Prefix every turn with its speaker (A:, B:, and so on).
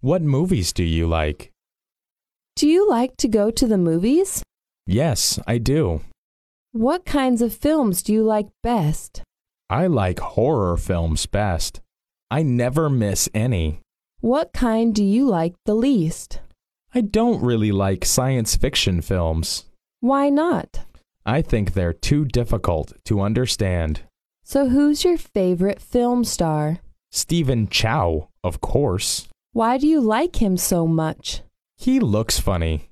A: What movies do you like?
B: Do you like to go to the movies?
A: Yes, I do.
B: What kinds of films do you like best?
A: I like horror films best. I never miss any.
B: What kind do you like the least?
A: I don't really like science fiction films.
B: Why not?
A: I think they're too difficult to understand.
B: So, who's your favorite film star?
A: Stephen Chow, of course.
B: Why do you like him so much?
A: He looks funny.